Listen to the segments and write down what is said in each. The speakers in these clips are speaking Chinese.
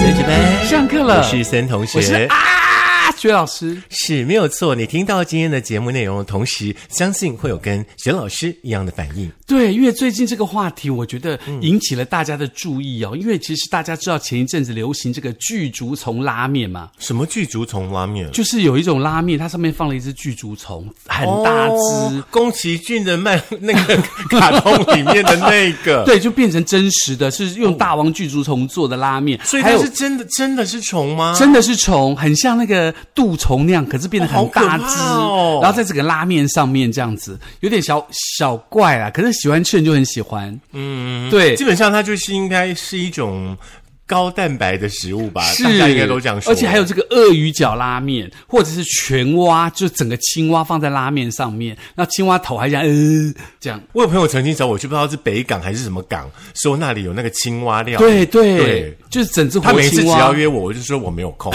三十班上课我了，是森同学，我是啊，薛老师，是没有错。你听到今天的节目内容的同时，相信会有跟沈老师一样的反应。对，因为最近这个话题，我觉得引起了大家的注意哦。因为其实大家知道前一阵子流行这个巨竹虫拉面嘛，什么剧竹虫拉面？就是有一种拉面，它上面放了一只巨竹虫，很大只。哦宫崎骏的漫那个卡通里面的那个，， 对，就变成真实的，是用大王巨竹虫做的拉面，所以还它有是真的，真的是虫吗？真的是虫，很像那个杜虫那样，可是变得很大哦好可只，怕哦然后在整个拉面上面这样子，有点小小怪啦。可是喜欢吃人就很喜欢，嗯，对基。本上它就是应该是一种高蛋白的食物吧？是，啊大家应该都这样说。而且还有这个鳄鱼脚拉面，或者是全蛙，就整个青蛙放在拉面上面，那青蛙头还这样，呃，这样，我有朋友曾经找我去，不知道是北港还是什么港，说那里有那个青蛙料理。对对，对就是整只他活每次青只蛙。要约我，我就说我没有 空，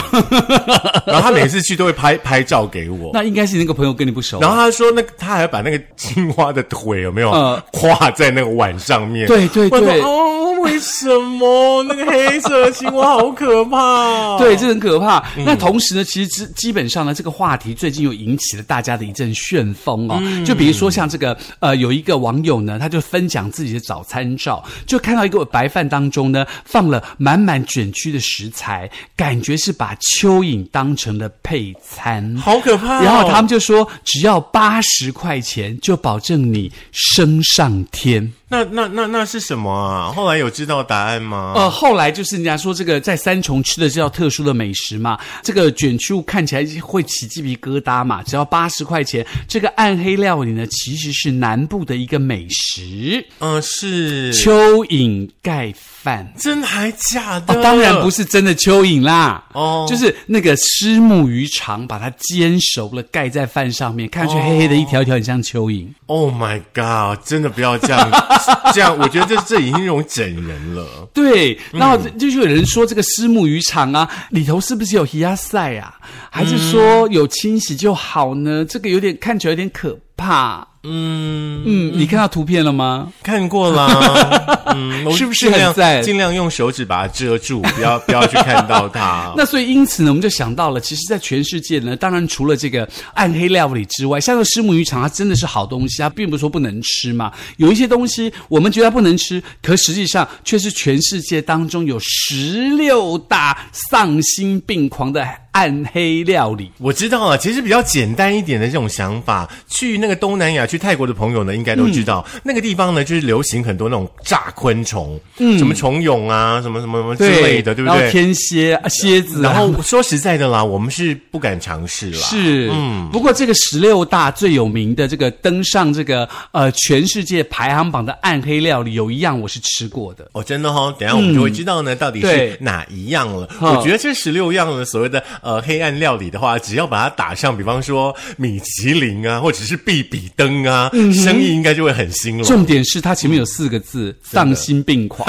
然后他每次去都会拍拍照给我。那应该是那个朋友跟你不熟，然后他说那个，他还把那个青蛙的腿有没有嗯画在那个碗上面？对对我说对哦，为什 么那个黑色的青蛙好可怕、哦对，这很可怕。那同时呢，其实基基本上呢，这个话题最近又引起了大家的一阵旋风哦。就比如说像这个呃，有一个网友呢，他就分享自己的早餐照，就看到一个白饭当中呢放了满满卷曲的食材，感觉是把蚯蚓当成了配餐。好可怕哦、然后他们就说，只要八十块钱，就保证你升上天。那那那那是什么啊？后来有知道答案吗？呃，后来就是人家说这个在三重吃的这叫特殊的美食嘛，这个卷曲物看起来会起鸡皮疙瘩嘛，只要八十块钱，这个暗黑料理呢其实是南部的一个美食嗯、是——蚯蚓盖饭。真的还假的？哦，当然不是真的蚯蚓啦，哦哦，就是那个虱目鱼肠，把它煎熟了，盖在饭上面，看上去黑黑的一条一条，很像蚯蚓。 Oh my god！真的不要这样， 这样我觉得这这已经是一种整人了。对，然后嗯就是有人说这个虱目鱼肠啊，里头是不是有鱼亚塞啊？还是说有清洗就好呢？这个有点看起来有点可怕。嗯，嗯，你看到图片了吗？看过 啦。嗯，我是不是尽量很赞尽量用手指把它遮住，不要不要去看到它。 那所以因此呢，我们就想到了，其实，在全世界呢，当然除了这个暗黑料理之外，像这个虱目鱼肠，它啊真的是好东西，它并不是说不能吃嘛。有一些东西我们觉得它不能吃，可实际上却是全世界当中有十六大丧心病狂的暗黑料理。我知道啊了，其实比较简单一点的这种想法，去那个东南亚、去泰国的朋友呢，应该都知道，嗯那个地方呢就是流行很多那种炸昆虫，嗯，什么虫蛹啊，什么什么什么之类的，对不然后对？天蝎、啊蝎子啊、然后说实在的啦，我们是不敢尝试啦。是，嗯，不过这个十六大最有名的这个登上这个呃全世界排行榜的暗黑料理，有一样我是吃过的。哦，真的哈、哦，等一下我们就会知道呢，到底是嗯对哪一样了。嗯我觉得这十六样的所谓的呃黑暗料理的话，只要把它打上，比方说米其林啊，或者是必比登啊，嗯生意应该就会很兴隆。重点是它前面有四个字嗯“丧心病狂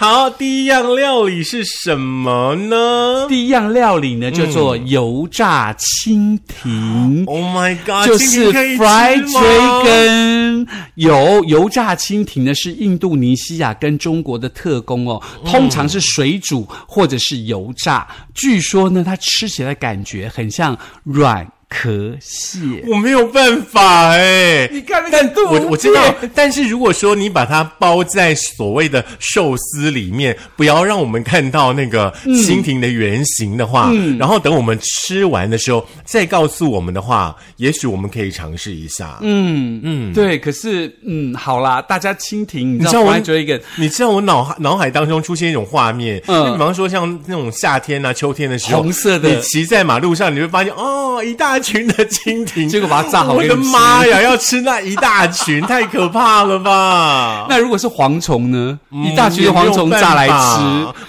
好，第一样料理是什么”。呢第一样料理呢叫做油炸蜻蜓， ？Oh my god，就蜻蜓是可以 fried 吃吗 chicken。有油炸蜻蜓呢，是印度尼西亚跟中国的特工哦，嗯通常是水煮或者是油炸。据说呢，它吃起来感觉很像软壳蟹。我没有办法哎、看那个 我我知道，但是如果说你把它包在所谓的寿司里面，不要让我们看到那个蜻蜓的原型的话，嗯然后等我们吃完的时候再告诉我们的话，也许我们可以尝试一下。嗯，对，可是嗯，好啦，大家蜻蜓，你你知知道道我 fried chicken 你知道我脑海脑海当中出现一种画面，嗯就比方说像那种夏天啊、秋天的时候，红色的你骑在马路上，你会发现哦，一大群的蜻蜓， 结果把它炸好我给的你吃 妈呀，要吃那一大群，太可怕了吧！那如果是蝗虫呢？嗯一大群的蝗虫炸来吃。，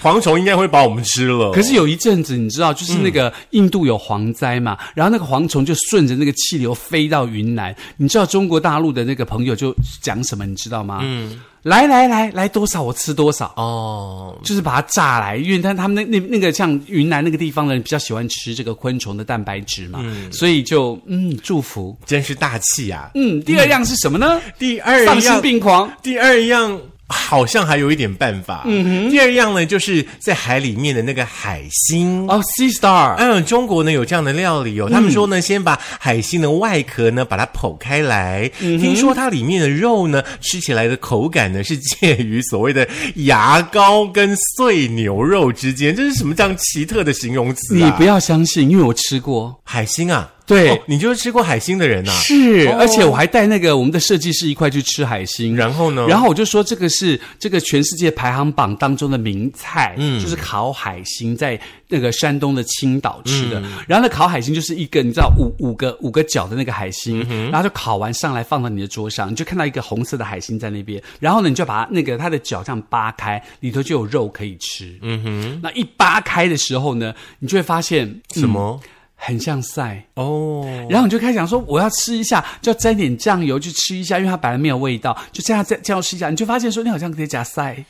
蝗虫应该会把我们吃了。可是有一阵子，你知道，就是那个印度有蝗灾嘛，然后那个蝗虫就顺着那个气流飞到云南。你知道中国大陆的那个朋友就讲什么，你知道吗？嗯，来来来来多少我吃多少，哦，就是把它炸来，因为他他们那那那个像云南那个地方的人比较喜欢吃这个昆虫的蛋白质嘛，所以就嗯祝福。真是大气啊！嗯，第二样是什么呢？第二丧心样，病狂。第二样好像还有一点办法。嗯第二样呢，就是在海里面的那个海星。哦，sea star，嗯，中国呢有这样的料理哦。他们说呢，先把海星的外壳呢把它剖开来，听说它里面的肉呢吃起来的口感呢是介于所谓的牙膏跟碎牛肉之间，这是什么这样奇特的形容词、啊？你不要相信，因为我吃过。海星啊？对哦你就是吃过海星的人呐、啊。是，哦而且我还带那个我们的设计师一块去吃海星，然后呢？然后我就说这个是这个全世界排行榜当中的名菜，就是烤海星，在那个山东的青岛吃的。然后那烤海星就是一个你知道五五个五个角的那个海星，然后就烤完上来放到你的桌上，你就看到一个红色的海星在那边，然后呢你就把它那个它的脚这样扒开，里头就有肉可以吃。嗯哼，那一扒开的时候呢，你就会发现嗯什么？很像塞。哦，然后你就开始想说，我要吃一下，就要沾点酱油去吃一下，因为它本来没有味道，就这样这样这样吃一下，你就发现说你好像可以夹塞，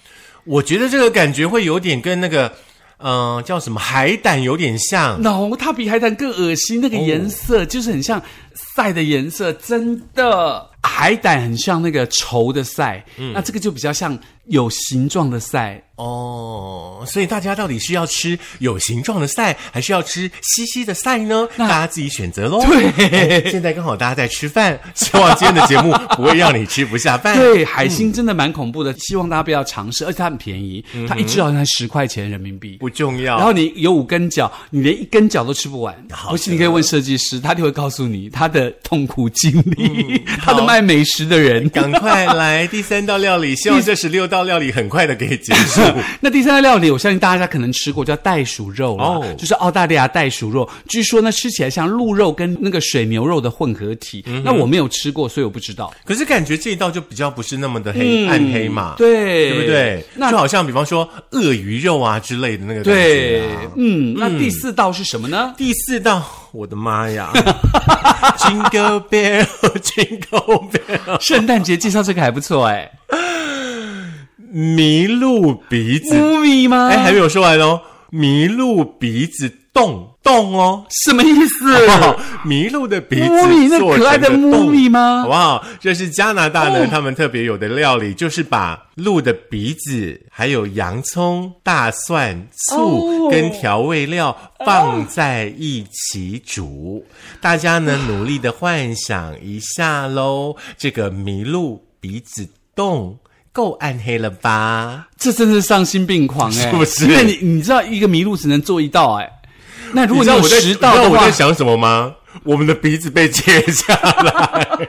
我觉得这个感觉会有点跟那个，嗯、叫什么海胆有点像。 no，它比海胆更恶心，那个颜色、就是很像塞的颜色，真的。海胆很像那个稠的塞，那这个就比较像有形状的塞，哦，所以大家到底是要吃有形状的赛，还是要吃稀稀的赛呢？大家自己选择喽。对、现在刚好大家在吃饭，希望今天的节目不会让你吃不下饭。对，海星真的蛮恐怖的，希望大家不要尝试，而且它很便宜，它一只好像才十块钱人民币。不重要。然后你有五根脚，你连一根脚都吃不完。好而且你可以问设计师，他就会告诉你他的痛苦经历， 他的好卖美食的人。赶快来第三道料理，希望这十六道料理很快的可以结束。那第三道料理，我相信大家可能吃过，叫袋鼠肉啦哦就是澳大利亚袋鼠肉。据说呢，吃起来像鹿肉跟那个水牛肉的混合体。那我没有吃过，所以我不知道。可是感觉这一道就比较不是那么的黑、暗黑嘛，嗯对，对不对？那就好像比方说鳄鱼肉啊之类的那个感对觉啊、，嗯，那第四道是什么 呢？第四道，我的妈呀 ！Jingle bell，Jingle bell，圣诞节介绍这个还不错哎，麋鹿鼻子， 乌米吗？哎，还没有说完哦，麋鹿鼻子动动哦。什么意 思？好不好 麋鹿的鼻猫咪子 那做可爱成的猫洞咪吗好不好？这是加拿大呢，哦他们特别有的料理，就是把鹿的鼻子、还有洋葱、大蒜、醋哦跟调味料放在一起煮。大家呢努力的幻想一下喽，这个麋鹿鼻子洞够暗黑了吧？这真是丧心病狂 是哎、不是因为你你知道一个麋鹿只能做一道哎、那如果你知道有我在十道你知的道我话在，想什么吗？我们的鼻子被切下来，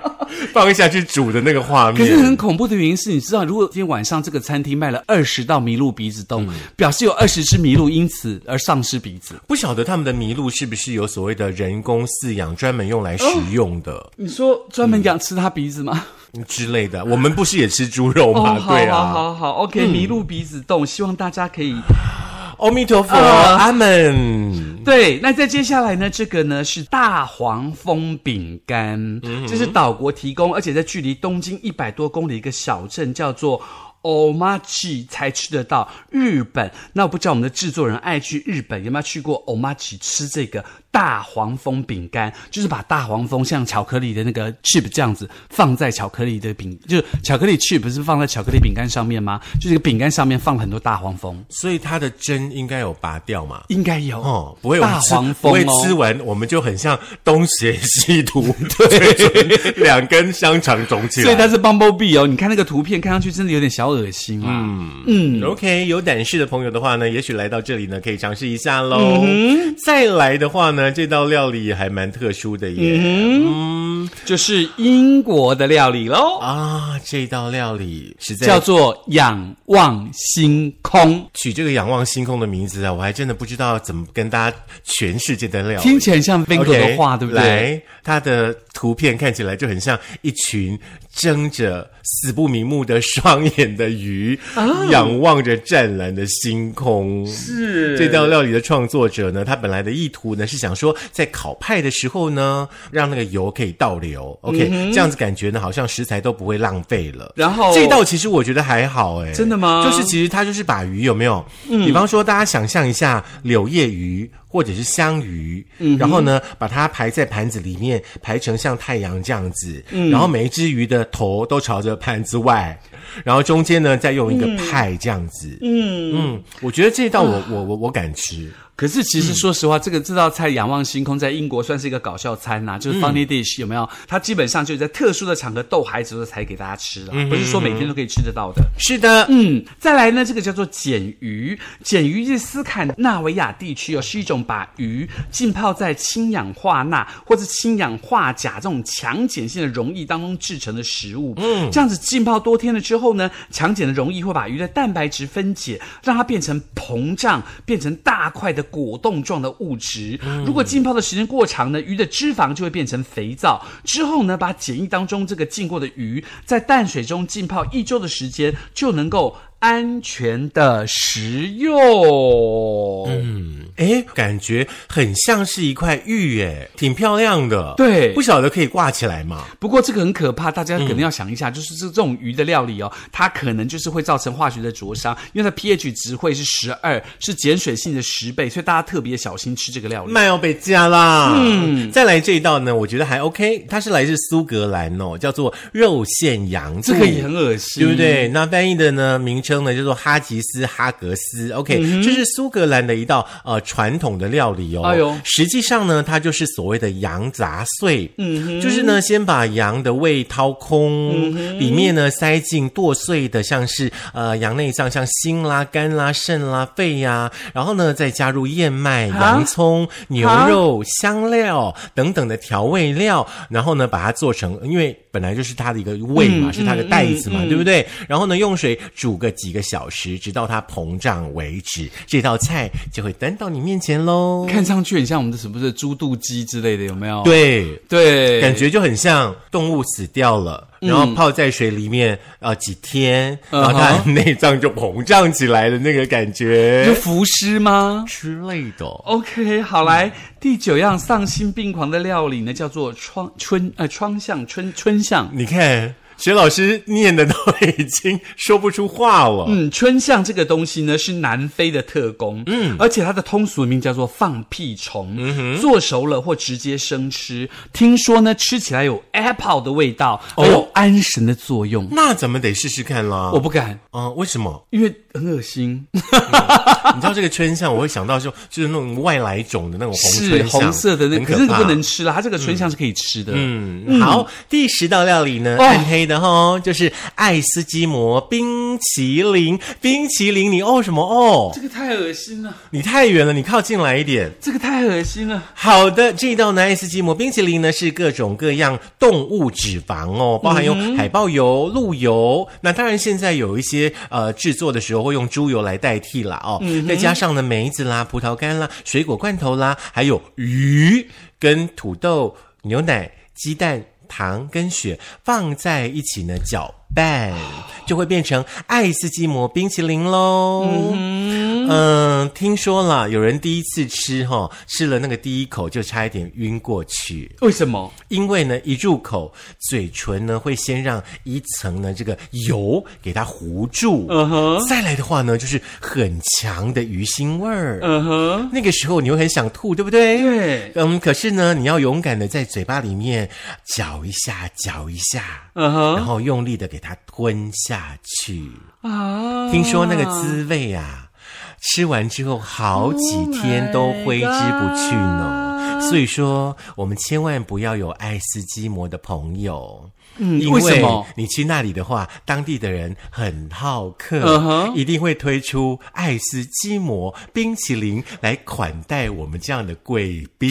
放下去煮的那个画可面，是很恐怖的原因是，你知道，如果今天晚上这个餐厅卖了二十道麋鹿鼻子嗯冻，表示有二十只麋鹿因此而丧失鼻子。不晓得他们的麋鹿是不是有所谓的人工饲养，专门用来食用的、你说专门养吃它鼻子吗？之类的。我们不是也吃猪肉吗？好对哦好啊，好好，OK，麋鹿鼻子冻，希望大家可以阿弥陀佛，呃阿门。对，那再接下来呢？这个呢是大黄蜂饼干，这是岛国提供，而且在距离东京一百多公里一个小镇叫做。omachi 才吃得到日本，那我不知道我们的制作人爱去日本有没有去过 omachi 吃这个大黄蜂饼干，就是把大黄蜂像巧克力的那个 chip 这样子放在巧克力的饼，就是巧克力 chip 不是放在巧克力饼干上面吗？就是一个饼干上面放了很多大黄蜂，所以它的针应该有拔掉嘛？应该有哦，不会我们大吃黄不蜂会哦吃完我们就很像东邪西 毒，对，两根香肠肿起所以来。它是 Bumblebee 哦，你看那个图片，看上去真的有点小恶心啊。嗯， OK，有胆识的朋友的话呢，也许来到这里呢，可以尝试一下喽。嗯再来的话呢，这道料理也还蛮特殊的耶。嗯就是英国的料理喽，啊，这道料理实在叫做仰望星空，取这个仰望星空的名字啊，我还真的不知道怎么跟大家诠释这道料理。听起来很像 Bingo OK，的话对不对？来，它的图片看起来就很像一群睁着死不瞑目的双眼的鱼，哦仰望着湛蓝的星空。是这道料理的创作者呢，他本来的意图呢是想说，在烤派的时候呢，让那个油可以倒流，OK，、这样子感觉呢，好像食材都不会浪费了。嗯然后这道其实我觉得还好哎、真的吗就是其实它就是把鱼有没有？比方说大家想象一下柳叶鱼或者是香鱼，然后呢把它排在盘子里面，排成像太阳这样子，然后每一只鱼的头都朝着盘子外，然后中间呢再用一个派这样子。嗯嗯，我觉得这道我我我我敢吃。可是其实说实话，这个这道菜仰望星空在英国算是一个搞笑餐呐、嗯就是 funny dish 有没有？它基本上就是在特殊的场合逗孩子的时候才给大家吃嗯的，不是说每天都可以吃得到的。是的，嗯，再来呢，这个叫做鲫鱼。鲫鱼是斯堪纳维亚地区哦，是一种把鱼浸泡在氢氧化钠或者氢氧化钾这种强碱性的溶液当中制成的食物。嗯，这样子浸泡多天了之后呢，强碱的溶液会把鱼的蛋白质分解，让它变成膨胀，变成大块的果冻状的物质。嗯如果浸泡的时间过长呢，鱼的脂肪就会变成肥皂。之后呢，把碱液当中这个浸过的鱼，在淡水中浸泡一周的时间，就能够安全的食用。哎，感觉很像是一块玉，哎，挺漂亮的。对不晓得可以挂起来吗？不过这个很可怕，大家可能要想一嗯下，就是这这种鱼的料理哦，它可能就是会造成化学的灼伤，因为它 pH 值会是十二，是碱水性的十倍，所以大家特别小心吃这个料理。麦要被加啦。嗯，再来这一道呢，我觉得还 OK，它是来自苏格兰哦，叫做肉馅羊肚，这个也很恶心，对不？对？那翻译的呢名称呢叫做哈吉斯哈格斯，OK，、这是苏格兰的一道呃传统的料理哦。嗯哎呦实际上呢，它就是所谓的羊杂碎，嗯，就是呢先把羊的胃掏嗯空，里面呢塞进剁碎的像是呃羊内脏，像心啦、肝啦、肾啦、肺呀、然后呢再加入燕麦、洋葱、牛肉、香料等等的调味料，然后呢把它做成，因为本来就是它的一个胃嘛，是它的袋子嘛，对不对？然后呢用水煮个几个小时，直到它膨胀为止，这道菜就会端到你面前喽。看上去很像我们的什么的猪肚鸡之类的，有没有？对，对，感觉就很像动物死掉了，然后泡在水里面呃几天，然后它嗯的内脏就膨胀起来的那个感就觉浮尸吗？之类的哦。 OK，好来，第九样丧心病狂的料理呢，叫做窗春呃窗象春春象。你看，学老师念的都已经说不出话了。嗯，春象这个东西呢是南非的特工，嗯，而且它的通俗名叫做放屁虫，嗯做熟了或直接生吃，听说呢吃起来有 apple 的味道，哦还有安神的作用。那咱们得试试看啦。我不敢，？嗯、为什么因为很恶心，你知道这个春象，我会想到就就是那种外来种的那种红是春象，红色的那，很可可是怕不能吃啊了。它这个春象是可以吃的，嗯，好，第十道料理呢，哦暗黑的哈，就是爱斯基摩冰淇淋。冰淇淋，你哦什么哦这？个太恶心了，你太远了，你靠近来一点。这个太恶心了。好的，这一道呢，爱斯基摩冰淇淋呢是各种各样动物脂肪哦，包含有海豹油、鹿油。那当然，现在有一些呃制作的时候会用猪油来代替啦哦，再加上呢梅子啦、葡萄干啦、水果罐头啦，还有鱼跟土豆、牛奶、鸡蛋。糖跟血放在一起呢，搅拌就会变成爱斯基摩冰淇淋喽。嗯，听说啦，有人第一次吃哈、吃了那个第一口就差一点晕过去，为什么？因为呢，一入口嘴唇呢会先让一层呢这个油给它糊住，嗯哼，再来的话呢就是很强的鱼腥味儿，嗯哼，那个时候你会很想吐，对不对？对，嗯，可是呢，你要勇敢的在嘴巴里面嚼一下，嚼一下，嗯然哼，后用力的给它吞下去。啊听说那个滋味啊，吃完之后好几天都挥之不去呢。 Oh my god 所以说，我们千万不要有爱斯基摩的朋友。嗯因为什么你去那里的话，当地的人很好客嗯哼一定会推出爱斯基摩冰淇淋来款待我们这样的贵宾。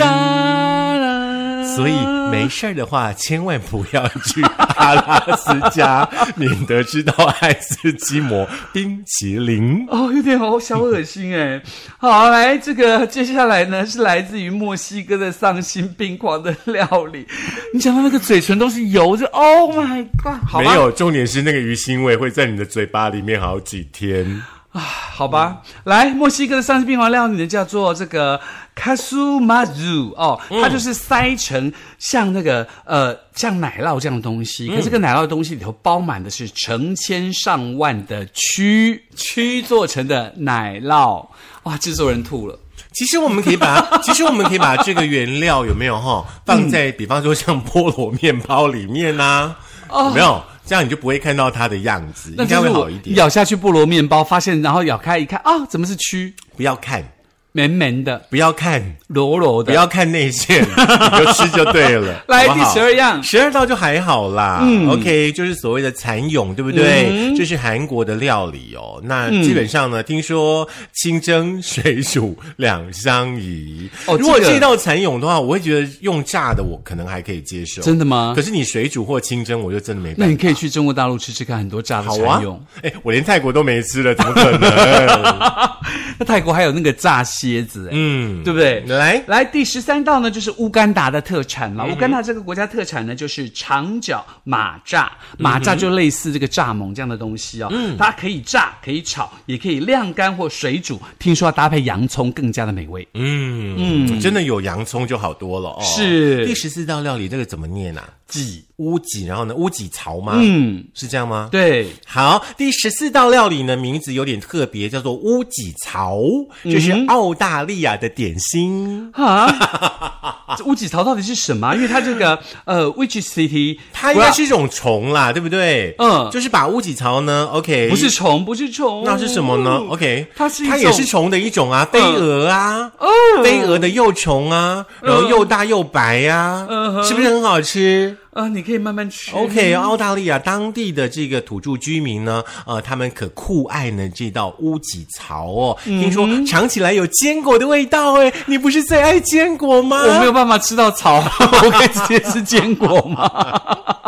所以没事儿的话，千万不要去阿拉斯加，免得吃到爱斯基摩冰淇淋。哦，有点好小恶心 哎。好，来这个接下来呢是来自于墨西哥的丧心病狂的料理。你想到那个嘴唇都是油，就 Oh my God，好没吧，有，重点是那个鱼腥味会在你的嘴巴里面好几天。嗯好吧。来，墨西哥的丧心病狂料理呢叫做这个卡苏马祖哦，嗯它就是塞成像那个呃像奶酪这样的东嗯西，可这个奶酪的东西里头包满的是成千上万的蛆蛆做成的奶酪，哇，制作人吐了。其实我们可以把， 其实我们可以把这个原料有没有哈，放在比方说像菠萝面包里面呐、哦有没有？这样你就不会看到它的样子，应那该就会是好我一点。咬下去菠萝面包，发现然后咬开一看啊，怎么是蛆？不要看，绵绵的，不要看，柔柔不的。要看内馅，你就吃就对了。 来好不好第12样十二道就还好啦。OK，就是嗯所谓的蚕蛹，对不对？这是韩国的料理哦。那嗯基本上呢，听说清蒸、水煮两相宜。哦如果这个这道蚕蛹的话，我会觉得用炸的我可能还可以接受。真的吗可是你水煮或清蒸，我就真的没那办你法。可以去中国大陆吃吃看，很多炸的好蚕啊蛹。，哎，我连泰国都没吃了，怎么可能？那泰国还有那个炸蝎子，嗯，嗯，嗯 对不对？来，来，第十三道呢，就是乌干达的特产了。乌干达这个国家特产呢，就是长角马炸，嗯马炸就类似这个蚱蜢这样的东西哦。它可以炸，可以炒，也可以晾干或水煮。听说要搭配洋葱更加的美味。嗯嗯，真的有洋葱就好多了哦。是第十四道料理，这个怎么念啊？几乌脊，然后呢，乌脊槽吗？嗯，是这样吗？。对，好，第十四道料理呢，名字有点特别，叫做乌脊槽，嗯就是澳大利亚的点心。啊， 这乌脊槽到底是什么啊？因为它这个呃，which city 它应该是一种虫啦，对不对？嗯就是把乌脊槽呢，OK，不是虫，不是虫，那是什么呢？OK，它是一它种嗯哦也是虫的一种啊，飞蛾啊，飞蛾的幼虫啊，然嗯后又大又白啊，是不是很好吃？呃，你可以慢慢吃。 OK，澳大利亚当地的这个土著居民呢，呃，他们可酷爱呢这道乌脊槽哦。听嗯说尝起来有坚果的味道，哎，你不是最爱坚果吗？我没有办法吃到 草，我可以直接吃坚果吗？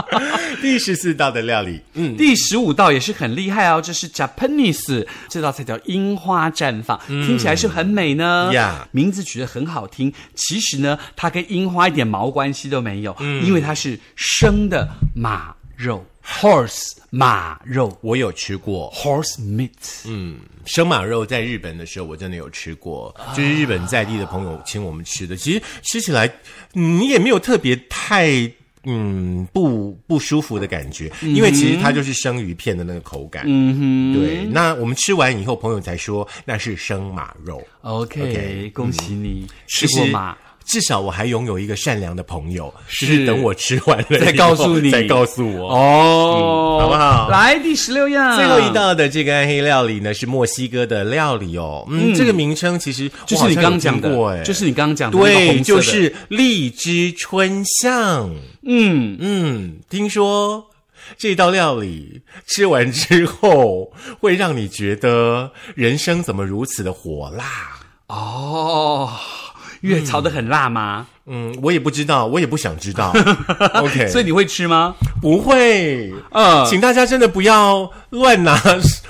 第十四道的料理，嗯， 第十五道也是很厉害哦，这是 Japanese 这道菜叫樱花绽放，听起来是不是很美呢。呀名字取得很好听，其实呢，它跟樱花一点毛关系都没有，因为它是生的马肉 （horse 马肉我有吃过， ）（horse meat）。生马肉在日本的时候，我真的有吃过，就是日本在地的朋友请我们吃的。其实吃起来，嗯你也没有特别太嗯不不舒服的感觉，嗯因为其实它就是生鱼片的那个口感。嗯哼，对。那我们吃完以后，朋友才说那是生马肉。 OK，, 嗯 OK，恭喜你、其吃实过马。至少我还拥有一个善良的朋友，就是是等我吃完了再以后告诉你再告诉我。哦、嗯好不好来第十六样，最后一道的这个暗黑料理呢，是墨西哥的料理哦。嗯，这个名称其实我就是好你像刚有刚讲听过哎的，就是你刚刚讲的那个红色对，的，就是荔枝春象。嗯，嗯，听说这道料理吃完之后，会让你觉得人生怎么如此的火辣。哦，越炒的很辣吗？嗯，我也不知道，我也不想知 道。OK，所以你会吃吗？不会。嗯请大家真的不要乱拿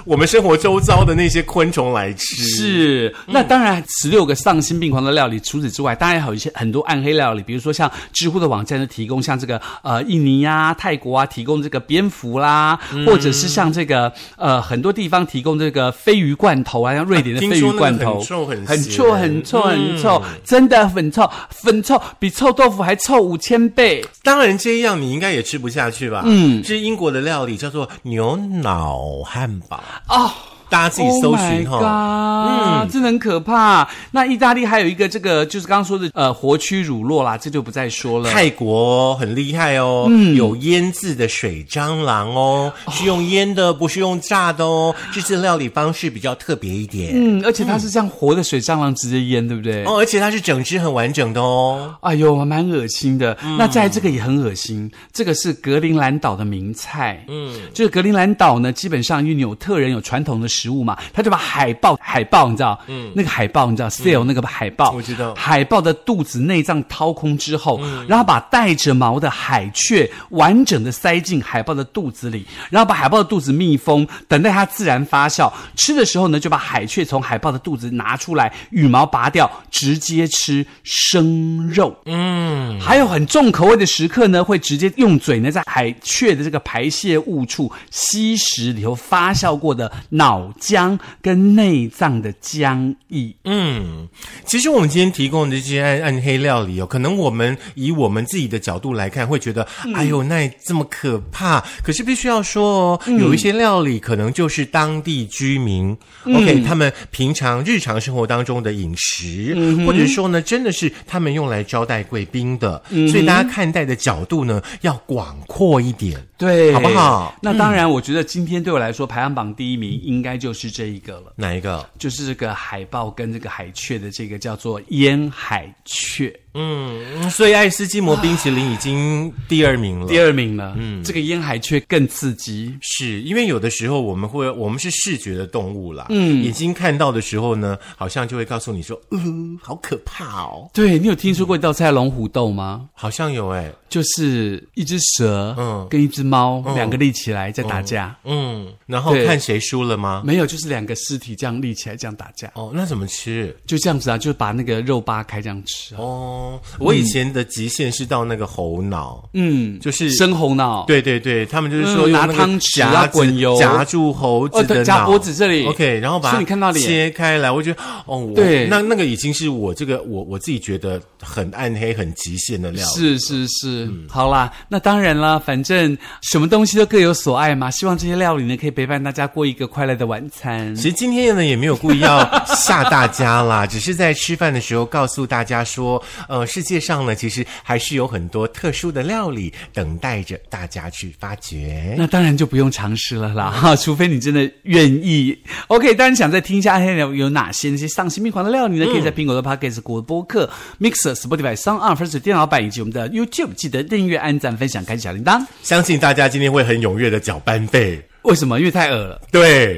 我们生活周遭的那些昆虫来吃。嗯是，那当然，十六个丧心病狂的料理，除此之外，当然还有一些很多暗黑料理，比如说像知乎的网站就提供像这个呃印尼啊、泰国啊提供这个蝙蝠啦，嗯或者是像这个呃很多地方提供这个鲱鱼罐头啊，像瑞典的鲱鱼罐嗯头，听说那个很臭很嗯很咸臭很臭很臭，真的很臭，很臭比臭豆腐还臭五千倍。当然这样你应该也吃不下去吧？嗯，是英国的料理叫做牛脑汉堡哦，Oh 大家自己搜寻哈。哈，嗯，真的很可怕。那意大利还有一个这个，就是刚刚说的呃活蛆乳酪啦，这就不再说了。泰国很厉害哦，嗯有腌制的水蟑螂哦，是用腌的，不是用炸的哦。这次料理方式比较特别一点、嗯，而且它是这样活的水蟑螂直接腌，对不对？哦，而且它是整只很完整的哦。哎呦，蛮恶心的。嗯那在这个也很恶心，这个是格陵兰岛的名菜。嗯，就是格陵兰岛呢，基本上因为纽特人有传统的食物嘛，他就把海豹，海豹你知道，嗯，那个海豹你知道，seal、那个海豹，我知道嗯海豹的肚子内脏掏空之后，然后把带着毛的海雀完整的塞进海豹的肚子里，然后把海豹的肚子密封，等待它自然发酵。吃的时候呢，就把海雀从海豹的肚子拿出来，羽毛拔掉，直接吃生肉。嗯，还有很重口味的食客呢，会直接用嘴呢在海雀的这个排泄物处吸食里头发酵过的脑脑浆跟内脏的浆液。嗯，其实我们今天提供的这些暗暗黑料理哦，可能我们以我们自己的角度来看，会觉得、哎呦，那这么可怕。可是必须要说哦，有一些料理可能就是当地居民、OK，他们平常日常生活当中的饮食，或者说呢，真的是他们用来招待贵宾的。所以大家看待的角度呢，要广阔一点。对，好不好？那当然，我觉得今天对我来说，排行榜第一名应该就是这一个了，哪一个？就是这个海豹跟这个海雀的这个叫做烟海雀。嗯，所以爱斯基摩冰淇淋已经第二名了。第二名呢，嗯，这个烟海雀更刺激。是因为有的时候我们会，我们是视觉的动物啦，嗯，眼睛看到的时候呢，好像就会告诉你说，呃，好可怕哦，对你有听说过一道菜龙虎斗吗？好像有哎、就是一只蛇，嗯跟一只猫，两个立起来在打架。嗯，然后对看谁输了吗？没有，就是两个尸体这样立起来这样打架，哦，那怎么吃？就这样子啊，就把那个肉扒开这样吃啊。哦，我以前的极限是到那个猴脑，嗯，就是生猴脑，对对对，他们就是说哦用嗯拿那个汤匙啊夹子滚油夹住猴子哦的对夹脑脖子这里 OK，然后把它所以你看到脸切开来，我觉得哦，我对那那个已经是我这个我我自己觉得很暗黑、很极限的料理。是是是，嗯好啦，那当然啦，反正什么东西都各有所爱嘛。希望这些料理呢，可以陪伴大家过一个快乐的晚餐。其实今天呢也没有故意要吓大家啦，只是在吃饭的时候告诉大家说，呃，世界上呢其实还是有很多特殊的料理等待着大家去发掘。那当然就不用尝试了啦，哈， 除非你真的愿意。OK，当然想再听一下暗黑料有哪些那些丧心病狂的料理呢？可以在苹果的 Podcast、果播客、Mixer、Spotify、s o n g On、First 电脑版以及我们的 YouTube，记得订阅、按赞、分享、开启小铃铛。相信大家今天会很踊跃的搅班费。为什么？因为太恶了，对，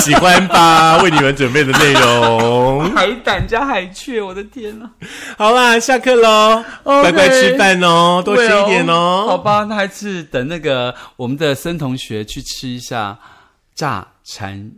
喜欢吧？为你们准备的内容。 海胆加海雀，我的天啊呐、好啦，下课喽 OK 乖乖吃饭哦，多吃一点哦。好吧，那还是等那个我们的森同学去吃一下炸蟾